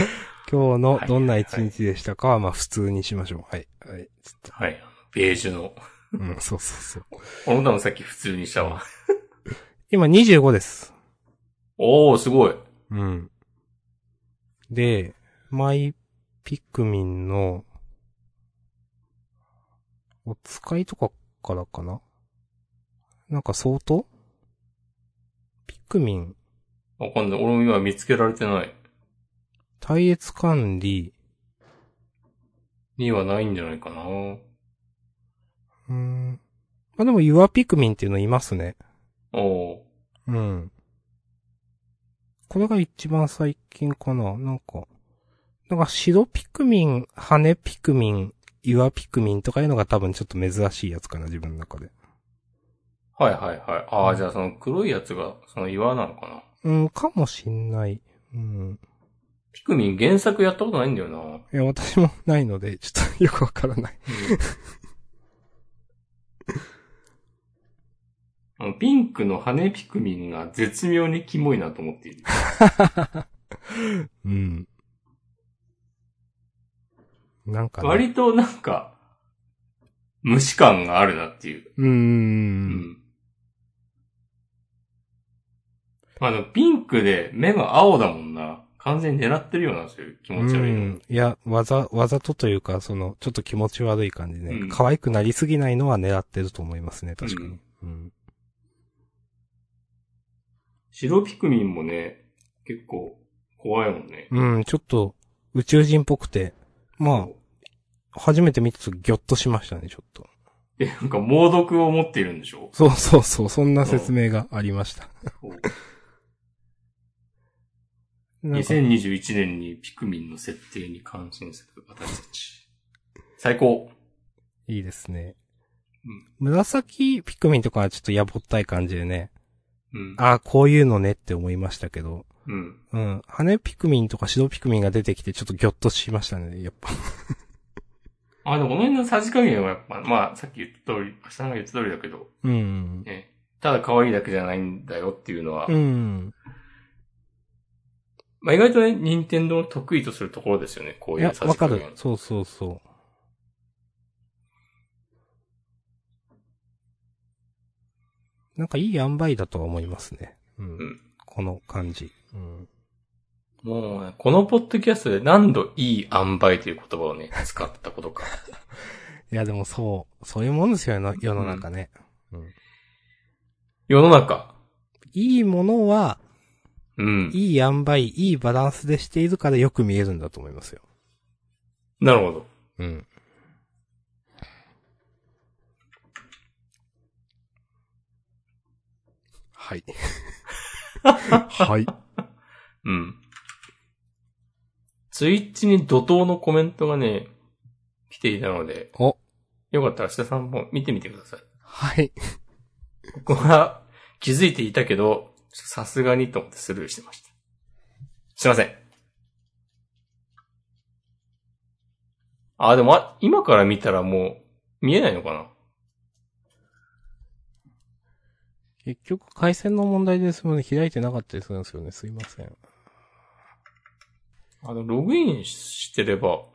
B: と。今日のどんな一日でしたかは、まあ普通にしましょう。はい。はい。ちょ
A: はい。ベージュの。
B: っと、うん、そうそうそう。
A: この歌もさっき普通にしたわ。
B: 今25です。
A: おー、すごい。
B: うん。で、マイピクミンの、お使いとかからかななんか相当ピクミン、
A: わかんない。俺も今見つけられてない。
B: 体列管理、
A: にはないんじゃないかな。
B: うーん。まあ、でも岩ピクミンっていうのいますね。
A: おー。
B: うん。これが一番最近かななんか、なんか白ピクミン、羽ピクミン、岩ピクミンとかいうのが多分ちょっと珍しいやつかな、自分の中で。
A: はいはいはい。ああ、じゃあその黒いやつが、その岩なのかな。
B: うん、かもしんない。うん。
A: ピクミン原作やったことないんだよな。
B: いや、私もないので、ちょっとよくわからない。
A: あのピンクの羽ピクミンが絶妙にキモいなと思っている。
B: うん。なんか、ね、
A: 割となんか、虫感があるなっていう。
B: うー。
A: うんあの、ピンクで目が青だもんな。完全に狙ってるような、そういう気
B: う
A: 持ち悪いの。
B: ん。いや、わざ、わざとというか、その、ちょっと気持ち悪い感じね。
A: うん
B: 可愛くなりすぎないのは狙ってると思いますね、確か
A: う
B: に
A: ん。
B: うん。
A: 白ピクミンもね、結構怖いもんね。
B: うん、ちょっと、宇宙人っぽくて、まあ、初めて見たときギョッとしましたね、ちょっと。
A: で、なんか猛毒を持っているんでしょ
B: そうそうそう、そんな説明がありました。なんか
A: 2021年にピクミンの設定に関心する私たち。最高。
B: いいですね。紫ピクミンとかはちょっとやぼったい感じでね。
A: うん。
B: ああ、こういうのねって思いましたけど。
A: うん。
B: うん。羽ピクミンとか白ピクミンが出てきてちょっとギョッとしましたね、やっぱ。
A: あ、でもこの辺のさじ加減はやっぱ、まあ、さっき言った通り、明日の言った通りだけど、
B: うん。
A: ね。ただ可愛いだけじゃないんだよっていうのは、
B: うん。
A: まあ意外とね、任天堂の得意とするところですよね、こう
B: い
A: い
B: や
A: う、さ
B: わ
A: じ
B: か
A: 加
B: る
A: 減。。
B: そうそうそうん。なんかいい塩梅だとは思いますね。う
A: う
B: ん。
A: ん
B: この感じ。うん。
A: もうね、このポッドキャストで何度いい塩梅という言葉をね、使ったことか。
B: いや、でもそう、そういうもんですよね、世の中ね。
A: 世の中。
B: いいものは、
A: うん。
B: いい塩梅、いいバランスでしているからよく見えるんだと思いますよ。
A: なるほど。
B: うん。はい。はい。
A: うん。ツイッチに怒涛のコメントがね、来ていたので、
B: お、
A: よかったら明日さんも見てみてください。
B: はい。
A: ここは気づいていたけど、ちょっとさすがにと思ってスルーしてました。すいません。あ、でもあ、今から見たらもう、見えないのかな
B: 結局、回線の問題ですもんね、開いてなかったりするんですよね。すいません。
A: あの、ログインしてれば、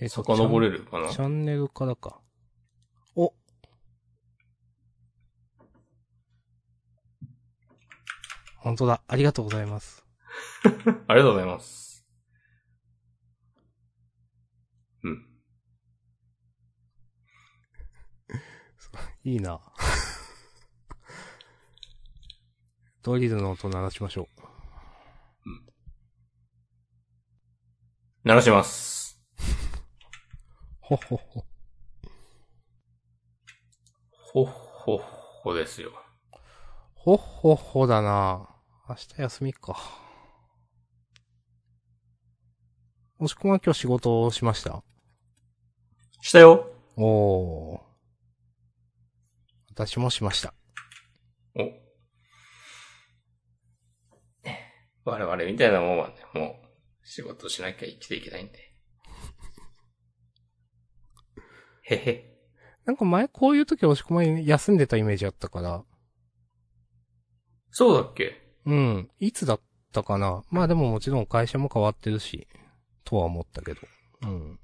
B: えっと
A: 遡れるかな
B: チャンネルからか。お本当だ。ありがとうございます。
A: ありがとうございます。うん。
B: いいな。 ドリルの音鳴らしましょ
A: 鳴らします。
B: う。ほっほっ
A: ほ
B: ほ。
A: っほっほですよ。
B: ほっほっほだな。明日休みか。もしくは今日仕事をしました。
A: したよ。
B: おお。私もしました。
A: お。我々みたいなもんはね、もう、仕事しなきゃ生きていけないんで。へへ。
B: なんか前こういう時押し込まに休んでたイメージあったから。
A: そうだっけ
B: うん。いつだったかな。まあでももちろん会社も変わってるし、とは思ったけど。うん。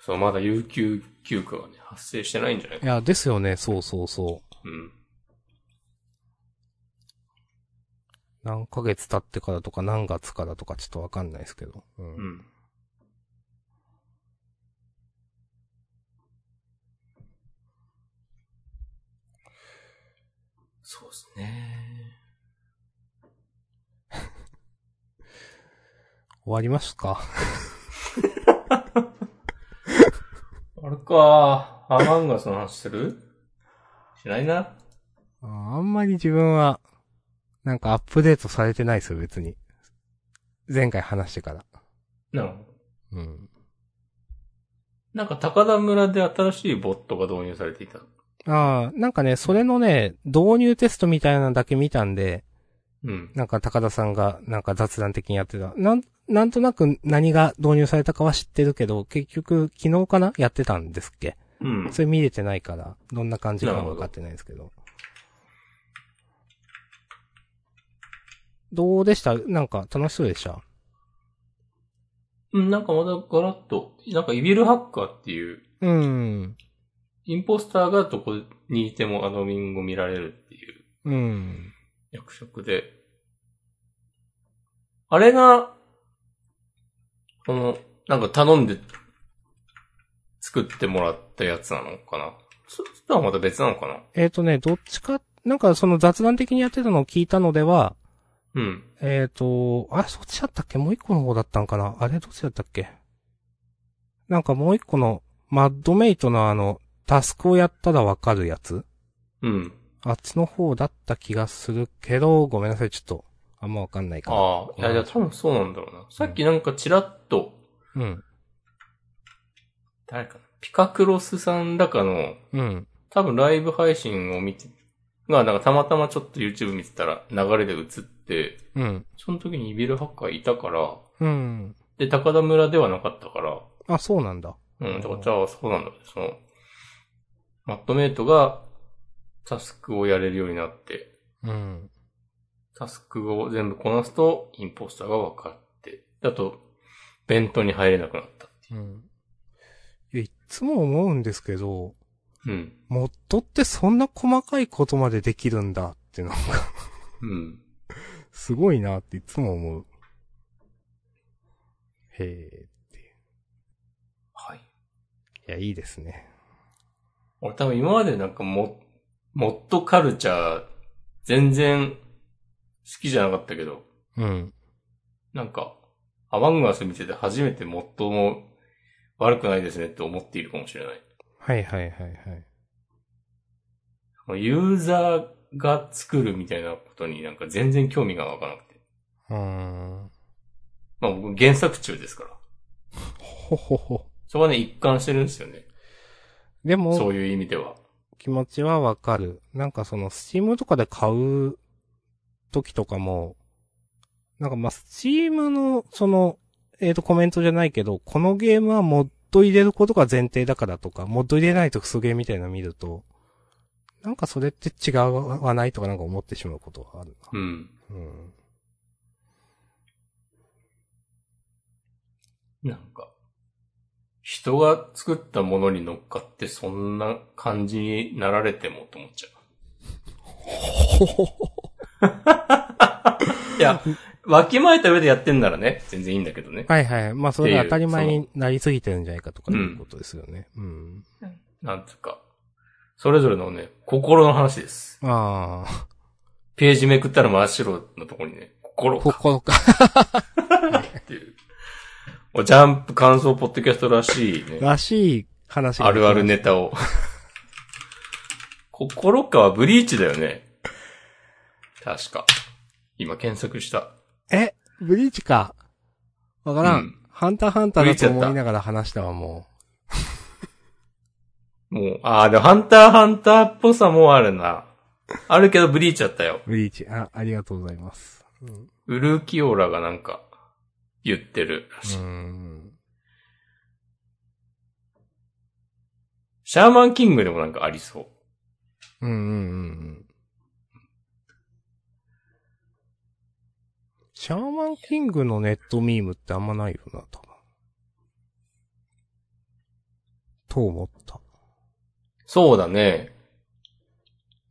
A: そう、まだ有給休暇がね、発生してないんじゃない
B: いや、ですよね。そうそうそ
A: うん。
B: う。何ヶ月経ってからとか何月からとかちょっとわかんないですけど。うん。
A: うん。そうですね。
B: 終わりますか
A: あれか、アマンガスの話するしないな。
B: あーあんまり自分は、なんかアップデートされてないですよ、別に。前回話してから。
A: なるほど
B: うん。
A: なんか高田村で新しいボットが導入されていた。
B: ああ、なんかね、それのね、導入テストみたいなのだけ見たんで、
A: うん。
B: なんか高田さんがなんか雑談的にやってた。なん、なんとなく何が導入されたかは知ってるけど、結局昨日かなやってたんですっけ
A: うん
B: そ。れ見れてないから、どんな感じかは分かってないんですけど。どうでしたなんか楽しそうでした
A: うん、なんかまだガラッと、なんかイビルハッカーっていう、
B: うん。
A: インポスターがどこにいてもアドミンを見られるっていう
B: うん。
A: 役職で。あれが、この、なんか頼んで作ってもらったやつなのかなそれとはまた別なのかな
B: えっ、とね、どっちか、なんかその雑談的にやってたのを聞いたのでは、
A: うん。
B: えっ、と、あれ、そっちだったっけもう一個の方だったんかなあれ、どっちだったっけなんかもう一個の、マッドメイトのあの、タスクをやったらわかるやつ
A: うん。
B: あっちの方だった気がするけど、ごめんなさい、ちょっと、あんまわかんないかな。
A: ああ、いや、いや、多分そうなんだろうな。さっきなんかちらっと、
B: うん。
A: 誰かな、ピカクロスさんだかの、
B: うん。
A: 多分ライブ配信を見て、が、なんかたまたまちょっと YouTube 見てたら流れで映って、
B: うん。
A: その時にイビルハッカーいたから、
B: うん。
A: で、高田村ではなかったから、
B: あ、そうなんだ。
A: うん、だからじゃあそうなんだ。その、マットメイトがタスクをやれるようになって、
B: うん。
A: タスクを全部こなすと、インポスターが分かって、だと、ベントに入れなくなった。
B: うん。いや、いつも思うんですけど、
A: うん。
B: モッドってそんな細かいことまでできるんだっていうのが、
A: うん。
B: すごいなっていつも思う。へえ。
A: はい。
B: いや、いいですね。
A: 俺多分今までなんかモ、モッドカルチャー、全然好きじゃなかったけど、
B: うん。
A: なんか、アマングアス見てて初めてモッドも悪くないですねって思っているかもしれない。
B: はいはいはいはい。
A: ユーザーが作るみたいなことになんか全然興味がわかなくて。
B: うん。
A: まあ僕原作中ですから。
B: ほほほ。
A: そこはね、一貫してるんですよね。
B: でも、
A: そういう意味では。
B: 気持ちはわかる。なんかその、スチームとかで買う時とかも、なんかまあ、スチームの、その、えっ、と、コメントじゃないけど、このゲームはモッド入れることが前提だからとか、モッド入れないとクソゲーみたいなの見ると、なんかそれって違わないとかなんか思ってしまうことはある
A: うん。
B: な。うん。
A: なんか、人が作ったものに乗っかってそんな感じになられてもと思っちゃ う。いや、わきまえた上でやってんならね、全然いいんだけどね。
B: はいはい。まあ、それ
A: っ
B: が
A: ていう
B: 当たり前になりすぎてるんじゃないかとかいうことですよね。うん。
A: なんつうか、それぞれのね、心の話です。
B: ああ、
A: ページめくったら真っ白のとこにね、心か
B: 心か。
A: っていう。おジャンプ感想ポッドキャストらしいね。
B: らしい話が
A: あるあるネタを。 心かはブリーチだよね。確か。今検索した。
B: え、ブリーチか。わからん。
A: うん
B: ハンターハンター
A: ブリー
B: だと
A: チ
B: 思
A: だった
B: いながら話したわ、も
A: もう、ああ、でもハンターハンターっぽさもあるな。あるけどブリーチだったよ。
B: う。ブリーチ、あ、ありがとうございます。うん。
A: ウルーキオーラがなんか、言ってるらしい。
B: ん。
A: シャーマンキングでもなんかありそう。
B: うんうんうん。シャーマンキングのネットミームってあんまないよな、多分。と思った。
A: そうだね。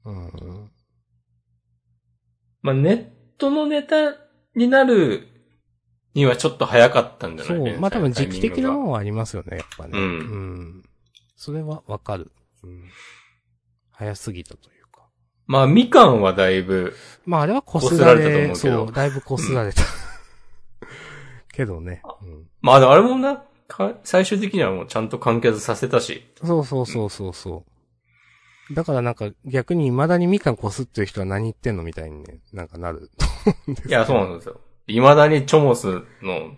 B: うん。
A: まあ、ネットのネタになるにはちょっと早かったんじゃな
B: そ。
A: いう
B: まあ、多分時期的なも
A: ん
B: のはありますよね、やっぱね。
A: うん
B: んそれはわかる。うん。早すぎたというか。
A: まあ、みかんはだいぶ、
B: まああれはこすら
A: こすられたと
B: れ、
A: 思うけ
B: そ
A: ど
B: う、だいぶこすられた。けどね、うん
A: まあ、あれもな、か最終的にはもうちゃんと完結させたし。
B: そうそうそうそうそう。だからなんか逆に未だにみかんこすってる人は何言ってんのみたいにね、なんかなる。
A: いや、そうなんですよ。未だにチョモスの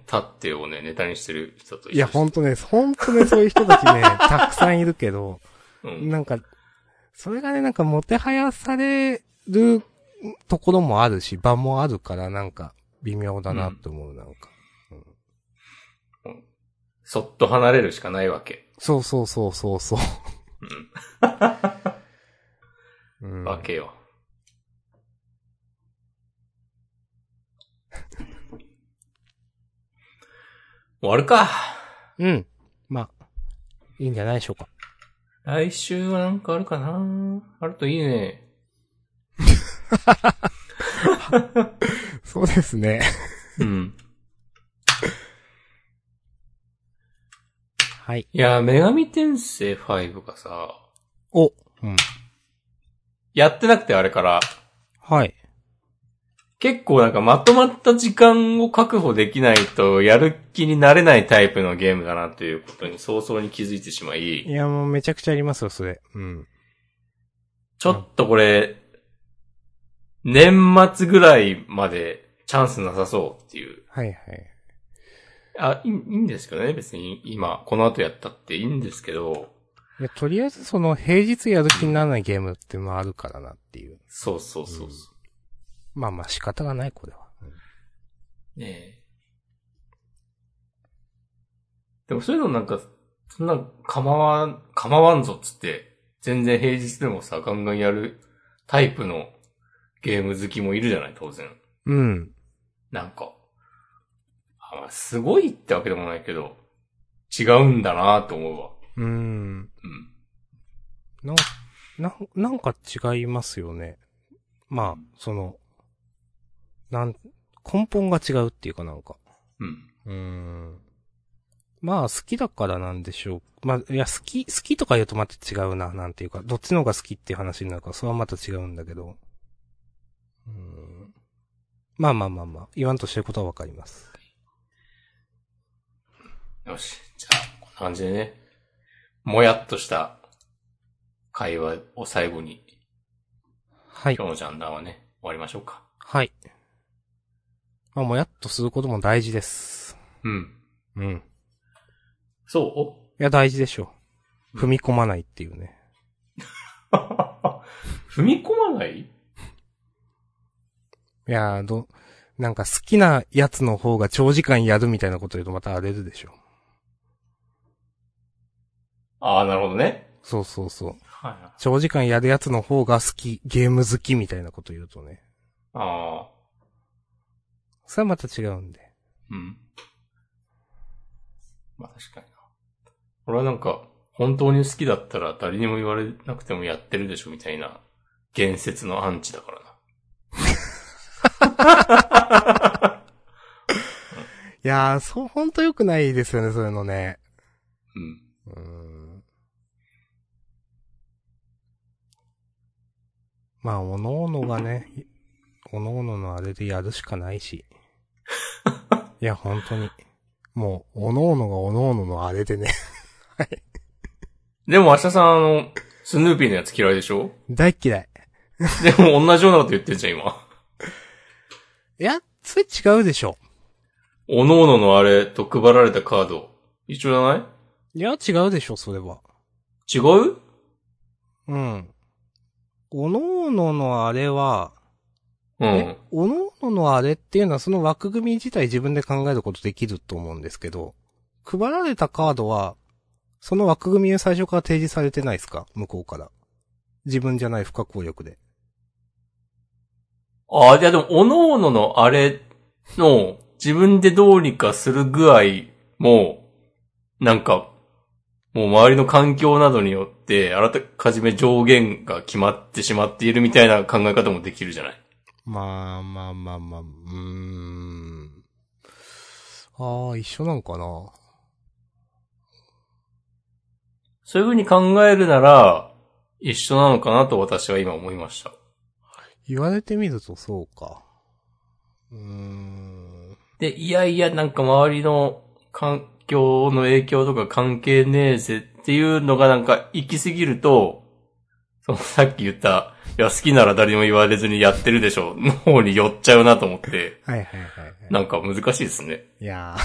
A: タッテをね、ネタにしてる人と一緒
B: いや、ほ
A: ん、
B: んとね、ほんとね、そういう人たち ね、たくさんいるけど、
A: うん、
B: なんか、それがね、なんかもてはやされるところもあるし、場もあるから、なんか微妙だなって思う、なんか。
A: そっと離れるしかないわけ。
B: そうそうそうそうそう。うん
A: わけ よ。終わるか。
B: うん。まあ、いいんじゃないでしょうか。
A: 来週はなんかあるかなあるといいね。
B: そうですね。
A: うん。
B: はい。
A: いやー、女神転生5がさ、
B: お。うん。
A: やってなくてあれから、
B: はい。
A: 結構なんかまとまった時間を確保できないとやる気になれないタイプのゲームだなということに早々に気づいてしま
B: い
A: い、
B: や、もうめちゃくちゃありますよ、それ。うん。
A: ちょっとこれ、年末ぐらいまでチャンスなさそうっていう。
B: はいはい。
A: あ、いいいいんですけどね、別に今、この後やったっていいんですけど、
B: いや、とりあえずその平日やる気にならないゲームってまああるからなっていう。
A: そうそうそうそう。
B: まあまあ仕方がない、これは。
A: ねえ。でもそういうのなんか、そんな構わん、構わんぞっつって、全然平日でもさ、ガンガンやるタイプのゲーム好きもいるじゃない、当然。
B: うん。
A: なんか。あまあすごいってわけでもないけど、違うんだなと思うわ。
B: うん。
A: うん。
B: な、な、なんか違いますよね。まあ、その、なん、根本が違うっていうかなんか。
A: うん。
B: うーん。まあ、好きだからなんでしょう。まあ、いや、好き、好きとか言うとまた違うな、なんていうか、どっちの方が好きっていう話になるから、それはまた違うんだけど。うーん。まあまあまあまあ、言わんとしてることはわかります。
A: よし。じゃあ、こんな感じでね、もやっとした会話を最後に
B: はい。
A: 今日のジャンダンはね、終わりましょうか。
B: はい。まあ、もやっとすることも大事です。
A: うん。
B: うん。
A: そ
B: いや、大事でしょう。踏み込まないっていうね。
A: う踏み込まない
B: いやー、ど、なんか好きなやつの方が長時間やるみたいなこと言うとまた荒れるでしょ。
A: ああ、なるほどね。
B: そうそうそう。
A: はいはい。
B: 長時間やるやつの方が好き、ゲーム好きみたいなこと言うとね。
A: ああ、
B: それはまた違うんで。
A: うん。まあ確かにな。俺はなんか、本当に好きだったら誰にも言われなくてもやってるでしょみたいな、言説のアンチだからな。
B: いやー、そう、ほんと良くないですよね、そういうのね。
A: うん。
B: うーん。まあ、おのおのがね、おのおののあれでやるしかない し。いや、本当に。もう、おのおのがおのおののあれでね。
A: でも明日さん、あの、スヌーピーのやつ嫌いでしょ
B: 大嫌い。
A: でも同じようなこと言ってんじゃん、今。
B: いや、それ違うでしょ。
A: おのおののあれと配られたカード、一緒じゃない
B: いや、違うでしょ、それは。
A: 違う
B: うん。おのおののあれは、
A: うん
B: え。おのおののあれっていうのはその枠組み自体自分で考えることできると思うんですけど、配られたカードは、その枠組みを最初から提示されてないですか向こうから。自分じゃない不可抗力で。
A: ああ、いやでも、おのおののあれの自分でどうにかする具合も、なんか、もう周りの環境などによって、あらかじめ上限が決まってしまっているみたいな考え方もできるじゃない。
B: まあまあまあまあ、うーん。ああ、一緒なんかな。
A: そういうふうに考えるなら、一緒なのかなと私は今思いました。
B: 言われてみるとそうか。うーん。
A: で、いやいや、なんか周りの環境の影響とか関係ねえぜっていうのがなんか行き過ぎると、そのさっき言った、いや、好きなら誰にも言われずにやってるでしょ、の方に寄っちゃうなと思って、
B: はいはいはい、はい。
A: なんか難しいですね。
B: いや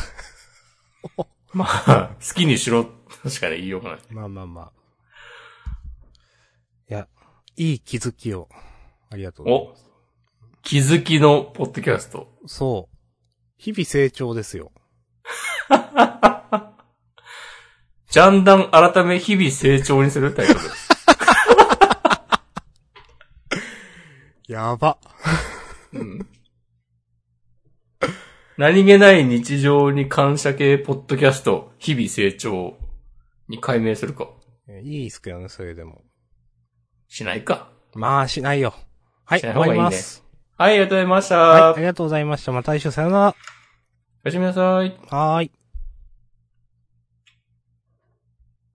A: まあ、好きにしろ、しかね、言いようがない。
B: ー、まあまあまあ。いや、いい気づきを。ありがとうございます。
A: 気づきのポッドキャスト。
B: そう。日々成長ですよ。
A: ジャンダン改め日々成長にするタイプです。
B: やば。
A: うん何気ない日常に感謝系ポッドキャスト、日々成長に改名するか。
B: えいいっすけどね、それでも。
A: しないか。
B: まあ、しないよ。はい、
A: しない
B: 終
A: 方
B: わ
A: がいい
B: り
A: ね
B: ます。
A: はい、ありがとうございました。
B: はい、ありがとうございました。また来週さよな
A: おやすみなさい。
B: ら。はーい。